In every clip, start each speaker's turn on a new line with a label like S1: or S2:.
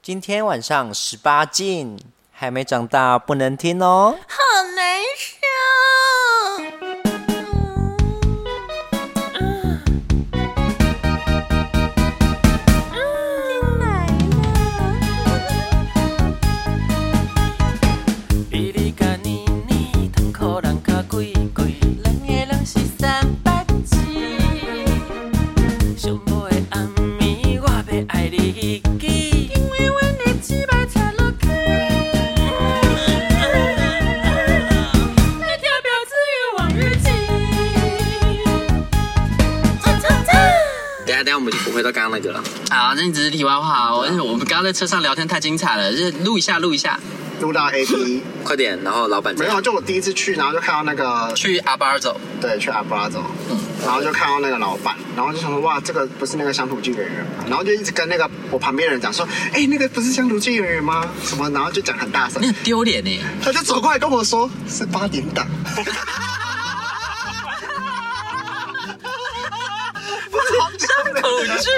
S1: 今天晚上十八禁，还没长大不能听哦。
S2: 好难受。嗯
S3: 比你甲年年，通可人较贵贵，咱的人是三八七。寂寞的暗暝，我要爱你一记。因为阮的姊妹插落去。来跳表子与往日情。
S4: 等一下，等一下，我们就不会到刚刚那个了。
S5: 好，那只是题外话，啊我我们刚刚在车上聊天太精彩了，就是录一下录一下。
S6: 录到 A B，
S4: 快点，然后老板
S6: 没
S4: 在。
S6: 有，就我第一次去，然后就看到那个，
S5: 去阿巴尔走，
S6: 对，去阿布拉走，
S5: 嗯
S6: 然后就看到那个老板，然后就想说，哇，这个不是那个乡土剧演员吗？然后就一直跟那个我旁边的人讲说，哎、那个不是乡土剧演员吗？什么？然后就讲很大声
S5: 你，很丢脸呢。
S6: 他就走过来跟我说是八点档。
S5: 口剧，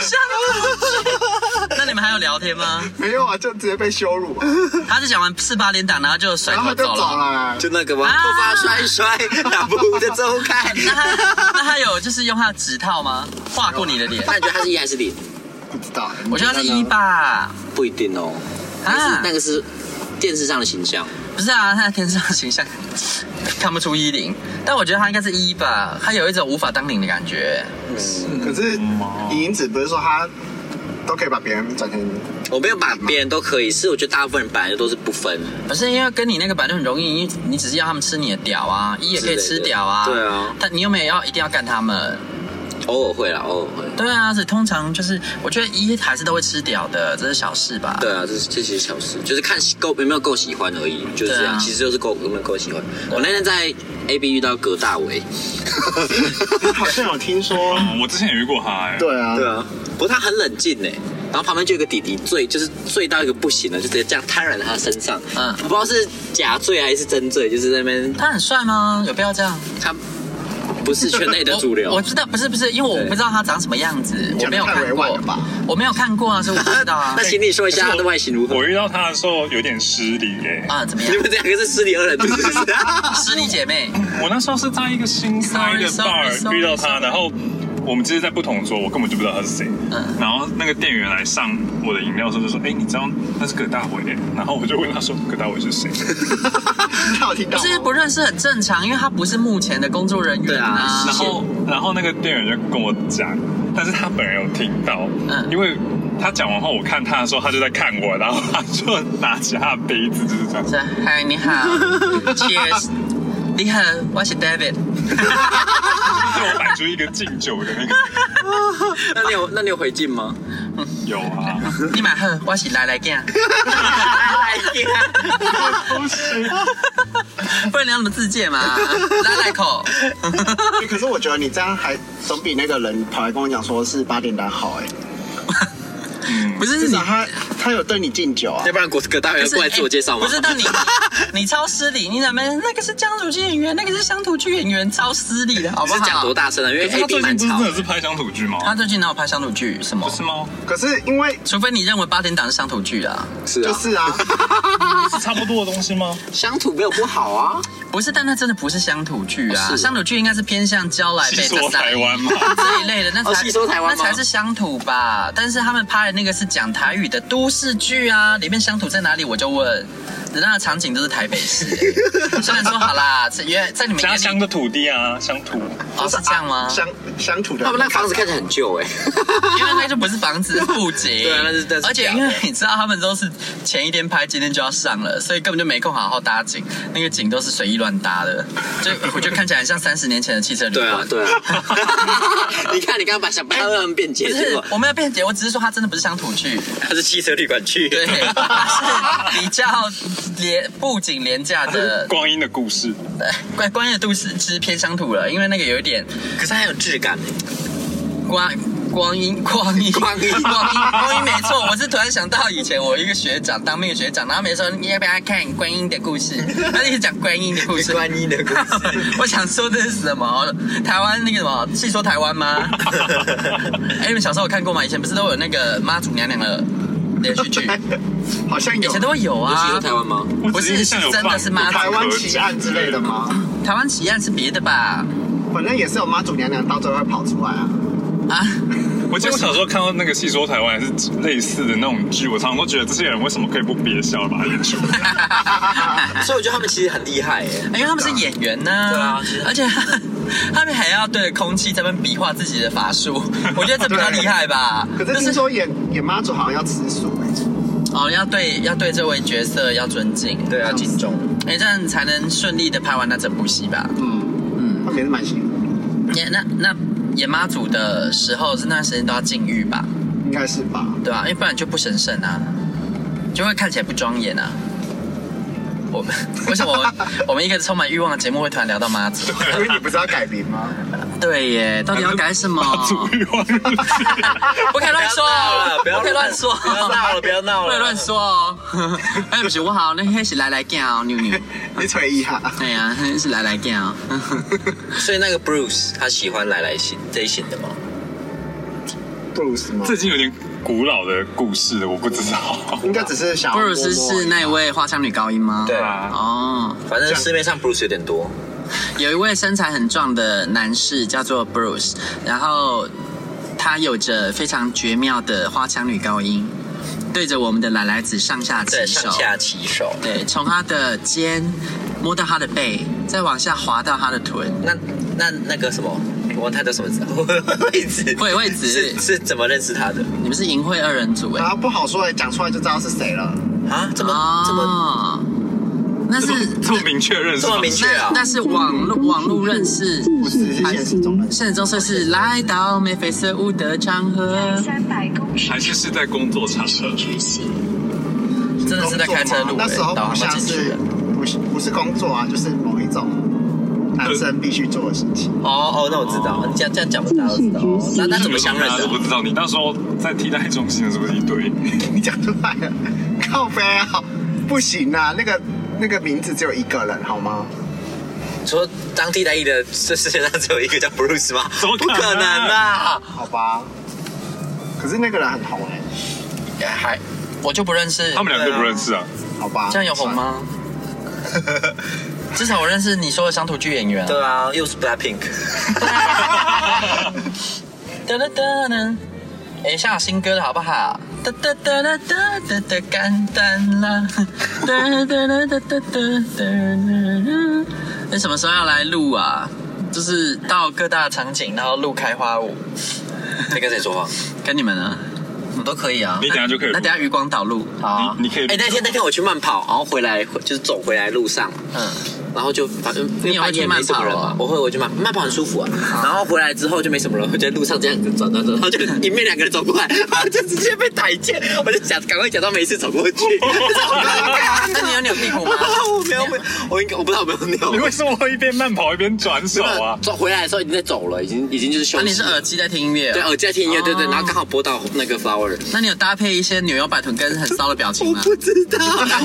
S5: 像口剧。那你们还有聊天吗？
S6: 没有啊，就直接被羞辱，啊
S5: 他是讲完四八点档，然后就甩
S6: 然后
S5: 头
S6: 他就
S5: 走
S6: 走
S5: 了。啊
S6: 了。
S4: 就那个吗？头啊发甩一甩，哪不就走 开？
S5: 那他那他有就是用他的指套吗？划过你的脸？
S4: 那你觉得他是一还是零？
S6: 不知道，
S5: 我觉得他是一吧。
S4: 不一定哦。但是
S5: 啊
S4: 那，个是电视上的形象，
S5: 不是啊，他的天上形象看不出一零，但我觉得他应该是一吧，他有一种无法当零的感觉。
S6: 可是银子不是说他都可以把别人转成
S4: 我没有把别人都可以，是我觉得大部分人本来就都是不分。
S5: 不是因为跟你那个本来就很容易，因为你只是要他们吃你的屌啊，一也可以吃屌啊，
S4: 之类的对啊
S5: 但你又没有要一定要干他们，
S4: 偶尔会啦，偶尔会。
S5: 对啊，所以通常就是我觉得一还是都会吃屌的，这是小事吧？
S4: 对啊，这是这些小事，就是看喜够有没有够喜欢而已，就是这
S5: 对
S4: 样。
S5: 啊
S4: 其实就是够有没有够喜欢。我那天在 A B 遇到葛大为，
S6: 好像有听 说，
S7: 嗯我之前也遇过他、哎，
S6: 对啊，
S4: 对啊，不过他很冷静呢。然后旁边就有个弟弟醉，就是醉到一个不行了，就直接这样瘫软在他身上。
S5: 嗯
S4: 我不知道是假醉还是真醉，就是在那边
S5: 他很帅吗？有必要这样？
S4: 他不是圈内的主流。
S5: 我我知道不是不是，因为我
S4: 对
S5: 不知道他长什么样子，我没有
S6: 讲得太
S5: 看
S6: 委婉
S5: 过
S6: 了吧，
S5: 我没有看过啊，所以我不知道啊
S4: 那。请你说一下
S7: 可是
S4: 他
S7: 我
S4: 的外形如何？
S7: 我遇到他的时候有点失礼哎、
S5: 啊，怎么
S4: 你
S5: 样？
S4: 们两个是失礼二人组，是不是？
S5: 失礼姐妹，
S7: 我那时候是在一个新开的
S5: Sorry,
S7: bar
S5: sorry,
S7: 遇到他，
S5: sorry.
S7: 然后我们其实，在不同桌，我根本就不知道他是谁。
S5: 嗯
S7: 然后那个店员来上我的饮料的时候就说：“哎、你知道那是葛大为、欸？”然后我就问他说：“葛大为是谁
S5: 嗯
S6: 他有听到
S5: 不
S6: 吗
S5: 是不认识很正常，因为他不是目前的工作人
S4: 对
S5: 员
S4: 啊？”
S7: 然后，然后那个店员就跟我讲，但是他本人有听到，
S5: 嗯
S7: 因为他讲完后，我看他的时候，他就在看我，然后他就拿起他的杯子，就是这 样。
S5: 是嗨，你 好，Cheers，你好，我是 David。
S7: 对我摆出一个敬酒的那个
S4: 那你有那你有回敬吗？
S7: 有啊，
S5: 你买好，我是来来 干，
S7: 不是，
S5: 不然你要怎么自荐嘛？来来口，
S6: 欸可是我觉得你这样还总比那个人跑来跟我讲说是八点档好哎、
S5: 不是
S6: 至
S5: 你
S6: 少。他他有对你敬酒啊
S4: 要。不然葛葛大为
S5: 不是
S4: 过来自我介绍吗？
S5: 哎不是，但你你超失礼，你怎么那个是乡土剧演员，那个是乡土剧演员，超失礼的好不
S4: 是
S5: 好？
S4: 讲多？大声啊？因为
S7: 他
S4: A
S7: 最
S4: B
S7: 近
S4: 蛮吵
S7: 不是真。的是拍乡土剧吗？
S5: 他最近哪有拍乡土剧？什么
S7: 不？是吗？
S6: 可是因为
S5: 除非你认为八点档是乡土剧啦，
S4: 是
S6: 就
S4: 啊，
S6: 是啊，
S7: 是差不多的东西吗？
S4: 乡土没有不好啊。
S5: 不是，但那真的不是乡土剧
S4: 哦
S5: 啊
S4: 是。哦
S5: 乡土剧应该是偏向交来
S7: 细
S5: 贝
S7: 说台 湾嘛。
S5: 这一类的，那
S4: 哦
S5: 才
S4: 吸收台湾吗
S5: 那才是乡土吧。但是他们拍的那个是讲台语的都市剧啊，里面乡土在哪里？我就问，人家的场景都是台北 市、欸。虽然说好啦，这原来在你们
S7: 家
S5: 眼
S7: 乡
S5: 里
S7: 的土地啊，乡土。
S5: 哦是这样吗？
S4: 啊
S6: 乡乡土的
S4: 他们那个房子看起来很旧哎、
S5: 因为那就不是房子，是布景。
S4: 对啊那是那是
S5: 而且
S4: 假的
S5: 因为你知道他们都是前一天拍，今天就要上了，所以根本就没空好好搭景，那个景都是随意乱搭的，就我就看起来很像三十年前的汽车旅
S4: 对啊
S5: 馆，。
S4: 对啊。你看，你刚刚把想把他们变
S5: 不
S4: 解释
S5: 是
S4: 了，，
S5: 我没有辩解，我只是说它真的不是乡土剧，
S4: 他是汽车旅馆去。
S5: 对，它是比较廉布景廉价的，
S7: 光阴的故事，
S5: 关关键的都市之偏乡土了，因为那个有一点
S4: 可是还有质感哎、
S5: 光光阴光阴
S4: 光阴
S5: 光阴光阴没错，我是突然想到以前我一个学长当兵的学长，然后他们说你要不要看观音的故事，他就一直讲观音的故事。
S4: 观音的故事
S5: 我想说这是什么？台湾那个什么？是 说台湾吗？哎、你们小时候有看过吗？以前不是都有那个妈祖娘娘的连续剧，
S6: 好像
S5: 以
S6: 有
S5: 前都会有
S4: 尤其
S5: 啊
S4: 在。台湾吗？
S7: 我
S5: 不
S7: 只
S5: 是
S7: 印
S5: 是
S7: 象有
S5: 真的是妈
S7: 放
S5: 祖
S6: 台湾奇案之类的吗？
S5: 台湾奇案是别的吧？
S6: 反正也是有妈祖娘娘到最后会跑出来啊。
S5: 啊，
S7: 我记得我小时候看到那个《戏说台湾》还是类似的那种剧，我常常都觉得这些人为什么可以不憋笑把它演出来？
S4: 所以我觉得他们其实很厉害耶。
S5: 因为他们是演员呢、
S4: 对啊
S5: 而且 他他们还要对着空气在那边比划自己的法术，我觉得这比较厉害吧。
S6: 啊可是听说演演妈祖好像要吃素哎，
S5: 哦，要对要对这位角色要尊敬，
S4: 对啊，金钟
S5: 哎，这样才能顺利的拍完那整部戏吧。
S6: 嗯
S5: 嗯，
S6: 他们也是蛮辛苦，
S5: 演那那演妈祖的时候，这段时间都要禁欲吧，
S6: 应该是 吧？
S5: 对吧、因为不然就不神圣啊，就会看起来不庄严啊。我为什么我们 我们一个充满欲望的节目会突然聊到妈祖？
S6: 因为你不是要改名吗？
S5: 对耶，到底 要改什 么？
S7: 主欲望日记，
S5: 不可以乱说哦，
S4: 不要
S5: 可以
S4: 乱
S5: 乱说，
S4: 不要闹了不要闹
S5: 不
S4: 了
S5: 可以乱说哦。 哎，不是我好，那那是来来干哦，妞妞。
S6: 你吹一下，
S5: 对呀，那 是来来干哦。
S4: 所以那个 Bruce 他喜欢来来型这一型的吗？
S6: 布鲁斯吗
S7: 这？已经有点古老的故事了，我不知道。
S6: 应该只是想
S5: 布
S6: 要摸摸啊
S5: 鲁斯是那位花腔女高音吗？
S4: 对
S7: 啊，
S5: 哦，
S4: 反正市面上 Bruce 有点多，
S5: 有一位身材很壮的男士叫做 Bruce，然后他有着非常绝妙的花腔女高音，对着我们的奶奶子上下
S4: 对，
S5: 其手
S4: 上，下其手。
S5: 对，从她的肩摸到她的背，再往下滑到她的臀。
S4: 那那那个什么，我问他叫什么字？ 位置？
S5: 会位置
S4: 是是怎么认识他的
S5: 你们是淫秽二人组哎、
S6: 然后不好说，讲出来就知道是谁了。
S4: 啊？怎么、怎么？
S5: 哦，那
S7: 这么
S5: 是
S7: 这么明确认识
S4: 这
S7: 吗，
S4: 么明确啊
S5: 那那是网络网络认识，
S6: 布鲁斯是现实中的，
S5: 现实中算是来到眉飞色舞的场合，
S8: 三百公尺
S7: 还是是在工作场合？
S8: 举行。
S5: 真的是在开车
S6: 工
S5: 路
S6: 作吗那
S5: 哎、
S6: 时候
S5: 导
S6: 不
S5: 航都
S6: 像
S5: 进去
S6: 是
S5: 了。
S6: 不是不是工作啊，就是某一种男生必须做的事情。
S4: 哦哦，那我知道，你这样这样讲不大家都知道。哦那那怎么相认
S7: 我
S5: 啊
S4: 的？
S7: 不知道。你那时候在替代中心的时候一堆，
S6: 你讲出来了，靠背啊，不行啊，那个那个名字只有一个人好吗？
S4: 你说当地代役的这世界上只有一个叫 Bruce 吗？
S7: 怎么可
S4: 不
S7: 能
S4: 可能啊！
S6: 好吧，可是那个人很红哎、
S5: 还我就不认识
S7: 他们两个
S4: 对
S7: 都
S4: 啊
S7: 不认识啊。
S6: 好吧，
S5: 这样有红 吗？至少我认识你说的乡土剧演员、啊。
S4: 对啊，又是 Blackpink，
S5: 哒哒哒呢？哎，下新歌了好不好？哒哒哒哒哒哒哒，简单啦。哒哒哒哒哒哒哒。那什么时候要来录啊？就是到各大场景，然后录开花舞。
S4: 在跟谁说话？
S5: 跟你们呢？我都可以啊。
S7: 你等下就可以
S5: 那等下余光导录。好啊。
S7: 你你可以
S4: 哎、那天那天我去慢跑，然后回来回就是走回来路上，
S5: 嗯。
S4: 然后就反正
S5: 你
S4: 因
S5: 也会
S4: 为半夜
S5: 去慢
S4: 没什么人
S5: 跑
S4: 嘛
S5: 哦，
S4: 我会我去慢慢跑很舒服啊。然后回来之后就没什么人，我就在路上这样子转转转， 然后就迎面两个人走过来， 然后就直接被逮见，我就想赶快假装没事 走过去。
S5: 那你有扭屁股吗？
S4: 我没有，我应该我不知道有没有扭。
S7: 你为什么会一边慢跑一边转手 啊？
S4: 走回来的时候已经在走了，已经已经啊就是休
S5: 那
S4: 息。
S5: 你是耳机在听音乐、
S4: 对，耳机在听音乐，对对，
S5: 哦
S4: 然后刚好播到那个 flower。
S5: 那你有搭配一些扭腰摆臀跟很骚的表情
S4: 我
S5: 吗？
S4: 不知道，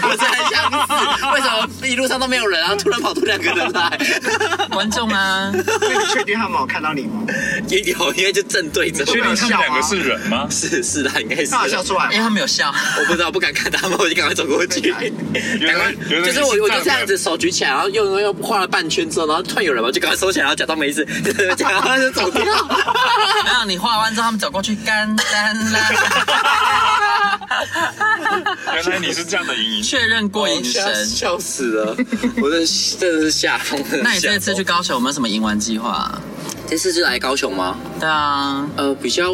S4: 我才想死，为什么一路上都没有人，然后突然跑出两个人来？
S5: 观众吗？
S6: 那你确定他们有看到你吗？
S5: 啊
S4: 也有，因为就正对着
S7: 你。确定他们两个是人吗？
S4: 是是的，应该是
S6: 他好笑出来
S5: 因为他
S6: 吗？
S5: 们有笑。
S4: 我不知道，不敢看他们，我就赶快走 过去。
S7: 原来原来
S4: 就是我，我就这样子手举起来，然后又又画了半圈之后，然后突然有人嘛，就赶快收起来，然后假装没事， 假装就走掉。
S5: 没有，你画完之后他们走过去，干单啦。
S7: 原来你是这样 的莹莹。
S5: 确认过眼
S4: 哦
S5: 神。
S4: 吓笑死了！我真的是真的是吓疯了。
S5: 那你这次去高雄有没有什么赢玩计划？
S4: 这次是来高雄吗？
S5: 啊对啊，
S4: 呃，比较，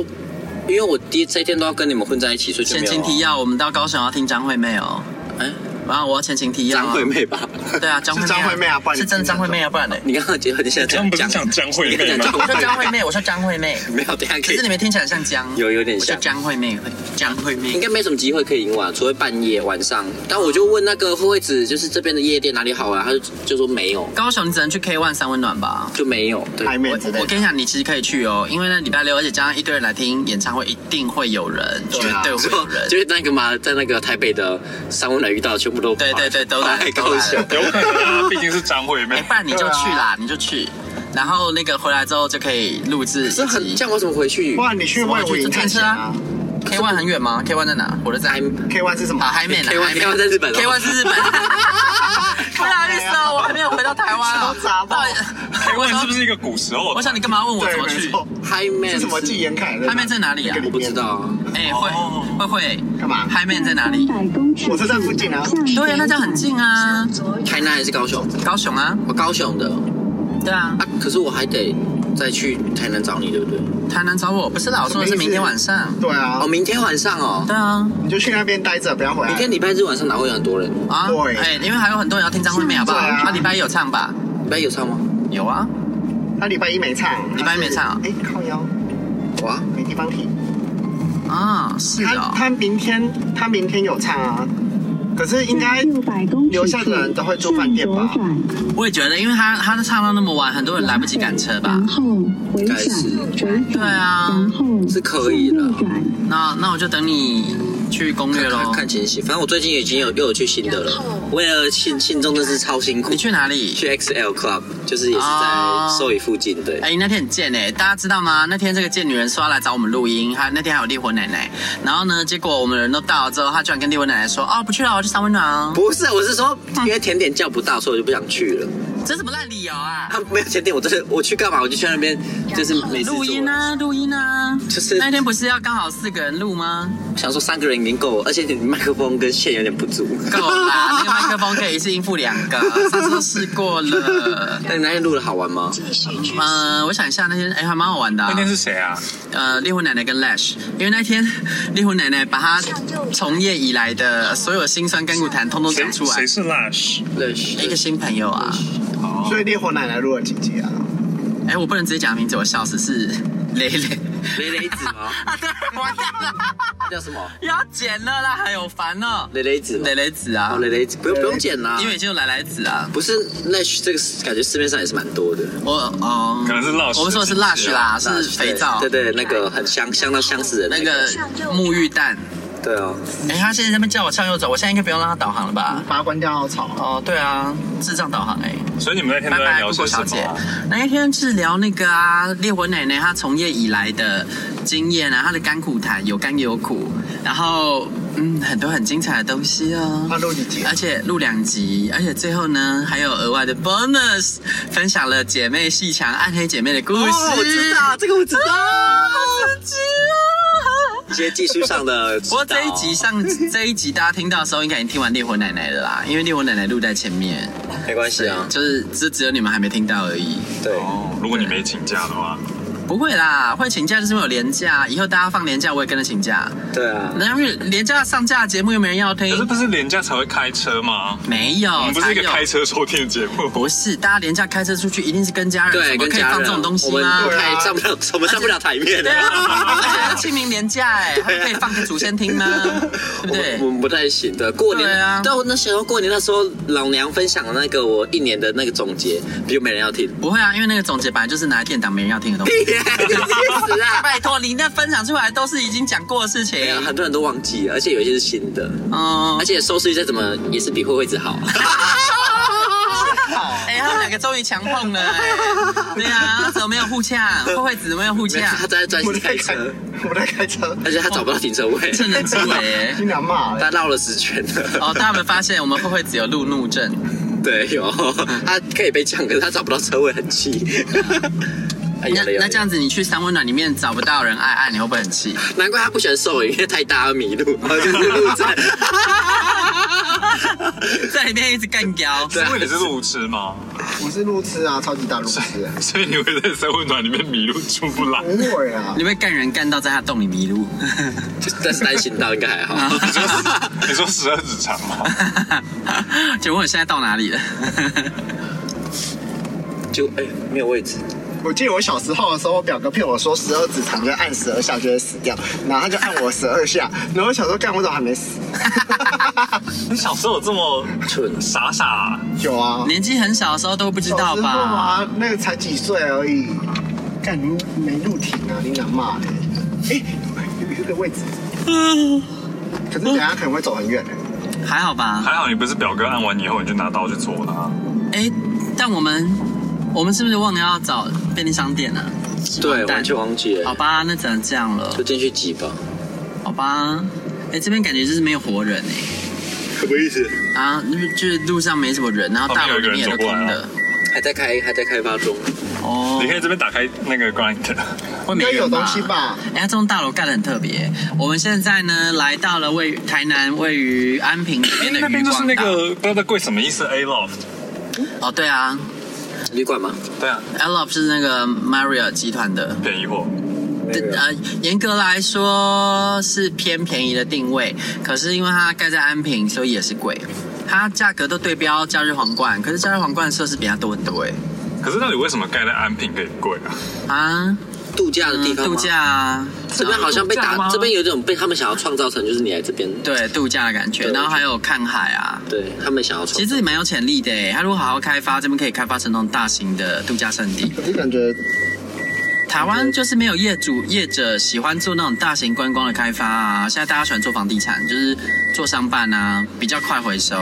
S4: 因为我第这一天都要跟你们混在一起，所以就没
S5: 前情
S4: 有
S5: 提要，我们到高雄要听张惠妹哦。
S4: 哎，
S5: 然后我要前情提要。啊
S4: 张惠。妹吧？
S5: 对啊，张惠妹。
S6: 是张惠妹啊不然你
S5: 是真的张惠妹啊，不然呢？
S4: 你刚刚结合你现在
S7: 他们不是
S4: 讲
S7: 讲张惠妹
S4: 你刚
S7: 吗
S4: 刚？
S5: 我说张惠妹，我说张惠妹。
S4: 没有，等一下可
S5: 可
S4: 以
S5: 是你。们听起来像江。
S4: 有有点
S5: 我说
S4: 像
S5: 张惠妹，张惠妹
S4: 应。该没什么机会可以赢完，除非半夜晚上。但我就问那个惠惠子，就是这边的夜店哪里好玩，他就就说没有，
S5: 高雄你只能去 K One 三温暖吧？
S4: 就没有。对，
S6: 海面之
S5: 我
S6: 类
S5: 我
S6: 的，
S5: 跟你讲，你其实可以去哦，因为那礼拜六，而且加上一堆人来听演唱会，一定会有人，绝
S6: 啊
S5: 对会有人。
S4: 就是那个嘛，在那个台北的三温暖遇到，全部都
S5: 对对对都来
S4: 来高雄。
S7: 有可能啊，毕竟是张惠
S5: 哎、
S7: 妹。
S5: 不然你就去啦，你就去，然后那个回来之后就可以录制一
S4: 这很
S5: 集
S4: 这。样，我怎么回去？
S6: 不然你去魏武营探险啊？
S5: K One 很远吗？K One 在哪？我的在
S6: K One 是什么？
S5: 啊，还没呢
S4: K1-
S5: 还没
S4: K1 在日本哦
S5: K One 是日本。啊不好意思哦，我还没有回到台湾啊
S6: 超杂。爆
S5: 到底
S7: 台
S5: 我
S7: 湾
S5: 想
S7: 是不啊是一个古时候？
S5: 我想你干嘛问我
S6: 对
S5: 怎么
S6: 没
S5: 去？
S6: 错
S4: 嗨 man
S6: 是什么纪言凯？
S5: 嗨面在哪里啊
S6: 那个面
S4: 我不知道。啊。
S5: 哎，会会会，
S6: 干嘛
S5: 嗨面在哪里？
S8: 百公尺，
S6: 火车站附近啊
S5: 对啊，那这样很近啊，
S4: 台南还是高雄？
S5: 高雄啊，
S4: 我高雄的
S5: 对啊，
S4: 啊，可是我还得再去台南找你，对不对？
S5: 台南找我，不是啦，我说的是明天晚上。
S6: 对啊
S4: 哦，，明天晚上哦，
S5: 对啊，
S6: 你就去那边待着，不要回
S4: 明
S6: 来。
S4: 天礼拜日晚上哪会有很多人？
S5: 啊，
S6: 对
S5: 哎，因为还有很多人要听张惠妹，好不好？
S6: 对啊
S5: 啊，礼拜一有唱吧？
S4: 礼拜一有唱吗？
S5: 有啊，
S6: 他礼拜一没唱，
S5: 礼拜一没唱啊
S6: 哎，靠腰
S4: 哇，
S6: 没地方停。
S5: 啊，是
S6: 他
S5: 哦，
S6: 他明天他明天有唱啊，可是应该
S5: 嗯
S8: 六百公尺
S6: 留下的人都会住饭店吧
S8: 向左转
S5: 我也觉得，因为他他唱到那么晚，很多人来不及赶车吧
S8: 然？
S4: 嗯
S8: 后回
S4: 该是
S8: 转折返，
S5: 对啊
S8: 然后
S4: 是可以的
S8: 向右转，
S5: 那那我就等你去攻略
S4: 看
S5: 喽
S4: 看。看情形，反正我最近已经有又有去新的了。为了庆庆祝，真是超辛苦
S5: 你。去哪里？
S4: 去 XL Club，就是也是在
S5: 哦
S4: 寿仪附近，对。
S5: 哎、那天很贱哎、大家知道吗？那天这个贱女人说要来找我们录音，还那天还有烈火奶奶。然后呢，结果我们人都到了之后，她居然跟烈火奶奶说：“哦，不去了，我去三温暖哦。
S4: 不是，我是说，因为甜点叫不到，所以我就不想去了。”
S5: 这什么烂理由啊？
S4: 他 没有甜点，我真的我去干嘛？我就去那边，就是没事做
S5: 录音啊，录音啊！
S4: 就是
S5: 那天不是要刚好四个人录吗？
S4: 想说三个人已经够了，而且你麦克风跟线有点不足。
S5: 够啦，啊 那个麦克风可以一次应付两个，上次都试过了。
S4: 那你那天录的好玩吗？
S5: 嗯、我想一下，那天哎、还蛮好玩的、啊
S7: 那。天是谁啊？
S5: 呃，烈火奶奶跟 Lash，因为那天 烈火奶奶把她从业以来的所有辛酸甘苦谈，通通
S7: 谁
S5: 讲出来
S7: 谁。是 Lash？
S4: 对，
S5: 一个新朋友啊，
S6: 所以烈火奶奶录了几集啊？
S5: 哎，我不能直接讲名字，我笑死是 蕾蕾。
S4: 雷雷子吗？
S5: 啊，对，完蛋了，
S4: 叫什么？
S5: 又要剪了啦，还有烦哦。
S4: 雷雷子吗。
S5: 蕾蕾子啊
S4: 哦，，雷雷子，不用不用剪啦。
S5: 因为已经有蕾蕾子啊，
S4: 不是 Nash 这个感觉市面上也是蛮多的。
S5: 我哦，
S7: 可能是 Lush
S5: 我们说的是
S7: 的亲
S5: Lush
S7: 戚
S5: 啦，
S7: 啊
S5: 是肥皂，
S4: 对对，对那个很相相当相似的
S5: 那
S4: 那个。
S5: 个沐浴蛋。
S4: 对啊，
S5: 哎，他现在在那边叫我向右走，我现在应该不用让他导航了吧？
S6: 把它关掉好吵。
S5: 哦，对啊，智障导航哎。
S7: 所以你们那天
S5: 拜
S7: 都在
S5: 拜，
S7: 聊
S5: 布
S7: 些
S5: 谷
S7: 什
S5: 小
S7: 么
S5: 姐
S7: 啊？。
S5: 那一天是聊那个啊，烈火奶奶她从业以来的经验啊，她的甘苦谈，有甘也有苦，然后嗯，很多很精彩的东西哦。
S6: 他录几集啊？
S5: 而且录两集，而且最后呢还有额外的 bonus，分享了姐妹戏强暗黑姐妹的故事。
S4: 哦，我知道这个我知道，
S5: 刺激啊！
S4: 一些技术上的指导。
S5: 不过这一集 上这一集大家听到的时候，应该已经听完烈火奶奶的啦，因为烈火奶奶录在前面，
S4: 没关系啊，
S5: 就是只只有你们还没听到而已。
S4: 对，
S7: 哦，如果你没请假的话，
S5: 不会啦，会请假就是因为有连假，以后大家放连假我也跟着请假。
S4: 对啊，
S5: 那因为连假上架的节目又没人要
S7: 可是
S5: 听，
S7: 不是廉价才会开车吗？
S5: 没有，
S7: 我们不是一个
S5: 才有
S7: 开车收听的节目，
S5: 不是，大家连假开车出去一定是跟家人，
S4: 对，
S5: 怎么
S4: 跟
S5: 可以
S4: 家人
S5: 放这种东西
S4: 我们
S5: 吗
S4: 不？
S6: 对
S4: 太
S6: 啊
S4: 上不了， 我们上不了台面
S5: 对
S4: 的。
S5: 啊，而且是清明连假哎，还 可以放给祖先听 呢，对不对
S4: 我？们不太行的。过年
S5: 对啊
S4: 但我那时候过年那时候，老娘分享的那个我一年的那个总结，就没人要听。
S5: 不会啊，因为那个总结本来就是拿来垫档没人要听的东西。
S4: 你去死啊！
S5: 拜托，你那分享出来都是已经讲过的事情
S4: 没。有，啊很多人都忘记了，而且有一些是新的，
S5: 嗯
S4: 而，且收视率再怎么也是比慧慧子好。
S5: 啊 哎，他们两个终于强碰了，哎对啊，怎么没有互 呛？慧慧子没有互
S4: 没有
S5: 呛
S4: 他？在专
S6: 我们
S4: 心
S6: 在
S4: 开
S6: 开
S4: 车，，
S6: 我们在开车，
S4: 而且他找不到停车位，
S5: 趁人之危哎。
S6: 经常骂欸。
S4: 他绕了十圈。
S5: 哦，大家有没有发现我们慧慧子有路怒症？
S4: 对，有他可以被呛，可是他找不到车位，很气。
S5: 那
S4: 哎有了有了
S5: 那这样子，你去三温暖里面找不到人爱爱，你会不会很 气？
S4: 难怪他不喜欢瘦影，因为太大而迷路，啊然后就是路站。
S5: 在里面一直干掉。
S7: 是因为你是路痴吗？
S6: 我是路痴啊，超级大路痴。
S7: 所以你会在三温暖里面迷路出不来。
S6: 不会啊，
S5: 你被干人干到在他洞里迷路，
S4: 就是但是单行道应该还好。
S7: 你说十二指肠 吗？
S5: 请问我现在到哪里了？
S4: 就哎、没有位置，
S6: 我记得我小时候的时候，我表哥骗我说十二指肠就按十二下就会死掉，然后他就按我十二下，然后我想说干我怎么还没死？
S7: 你小时候有这么
S4: 蠢
S7: 傻傻啊、
S6: 有啊，
S5: 年纪很小的时候都不知道
S6: 小时候
S5: 吧？
S6: 啊，那个才几岁而已，干你没入庭啊，你敢骂的？哎，有有个位置，
S5: 嗯
S6: 可是等一下可能会走很远的。
S5: 还好吧？
S7: 还好你不是表哥按完你以后你就拿刀去戳他。
S5: 哎，但我们我们是不是忘了要找便利商店啊？
S4: 对，
S5: 蛋
S4: 完全忘记
S5: 好
S4: 了，
S5: 吧，那只能这样了
S4: 就。进去挤吧。
S5: 好吧。哎、这边感觉就是没有活人哎、
S8: 什么意思？
S5: 啊，那边就是路上没什么人，然后
S7: 旁
S5: 大
S7: 边
S5: 楼
S7: 哦有
S5: 里
S7: 一
S5: 面也
S7: 个人
S5: 都
S7: 走过来
S5: 空
S7: 了
S5: 的。
S4: 还在开还在开发中，
S5: 哦，
S7: 你可以这边打开那个 grind，
S5: 会
S6: 应
S5: 没
S6: 该
S5: 人
S6: 有东西吧？
S5: 哎、它这栋大楼盖得很特别。我们现在呢，来到了位于台南位于安平这边的
S7: 哎那边
S5: 渔
S7: 就是
S5: 光
S7: 那
S5: 岛。
S7: 个不知道贵什么意思 A loft，
S5: 哦，对啊
S4: 旅馆吗？
S7: 对啊，
S5: ，Elop 是那个 Marriott 集团的。
S7: 便宜货。
S5: 对
S7: 啊
S5: 呃，严格来说是偏便宜的定位，可是因为它盖在安平，所以也是贵。它价格都对标假日皇冠，可是假日皇冠的设施比它多很多哎。
S7: 可是到底为什么盖在安平可以贵啊？
S5: 啊，
S4: 度假的
S5: 嗯
S4: 地方吗
S5: 度假啊，
S4: 这边好像被
S5: 然后
S4: 打，这边有一种被他们想要创造成就是你来这边，
S5: 对度假的感觉，
S4: 对
S5: 然后还有看海啊。
S4: 对他们想要创
S5: 其，实蛮有潜力的诶，它如果好好开发，这边可以开发成那种大型的度假胜
S4: 嗯
S5: 地。
S6: 可是感觉
S5: 台湾就是没有业主业者喜欢做那种大型观光的开发啊，现在大家喜欢做房地产，就是做商办啊，比较快回收。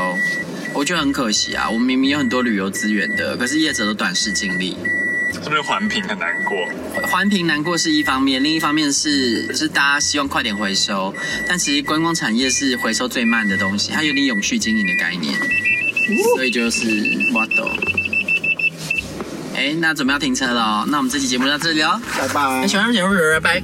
S5: 我觉得很可惜啊，我们明明有很多旅游资源的，可是业者都短视尽力。
S7: 这边环评很难过，
S5: 环评难过是一方面，另一方面是是大家希望快点回收，但其实观光产业是回收最慢的东西，它有点永续经营的概念，所以就是 what 哎，那准备要停车了哦，那我们这期节目就到这里哦。
S6: 拜拜
S5: 那。喜欢的节目，拜拜。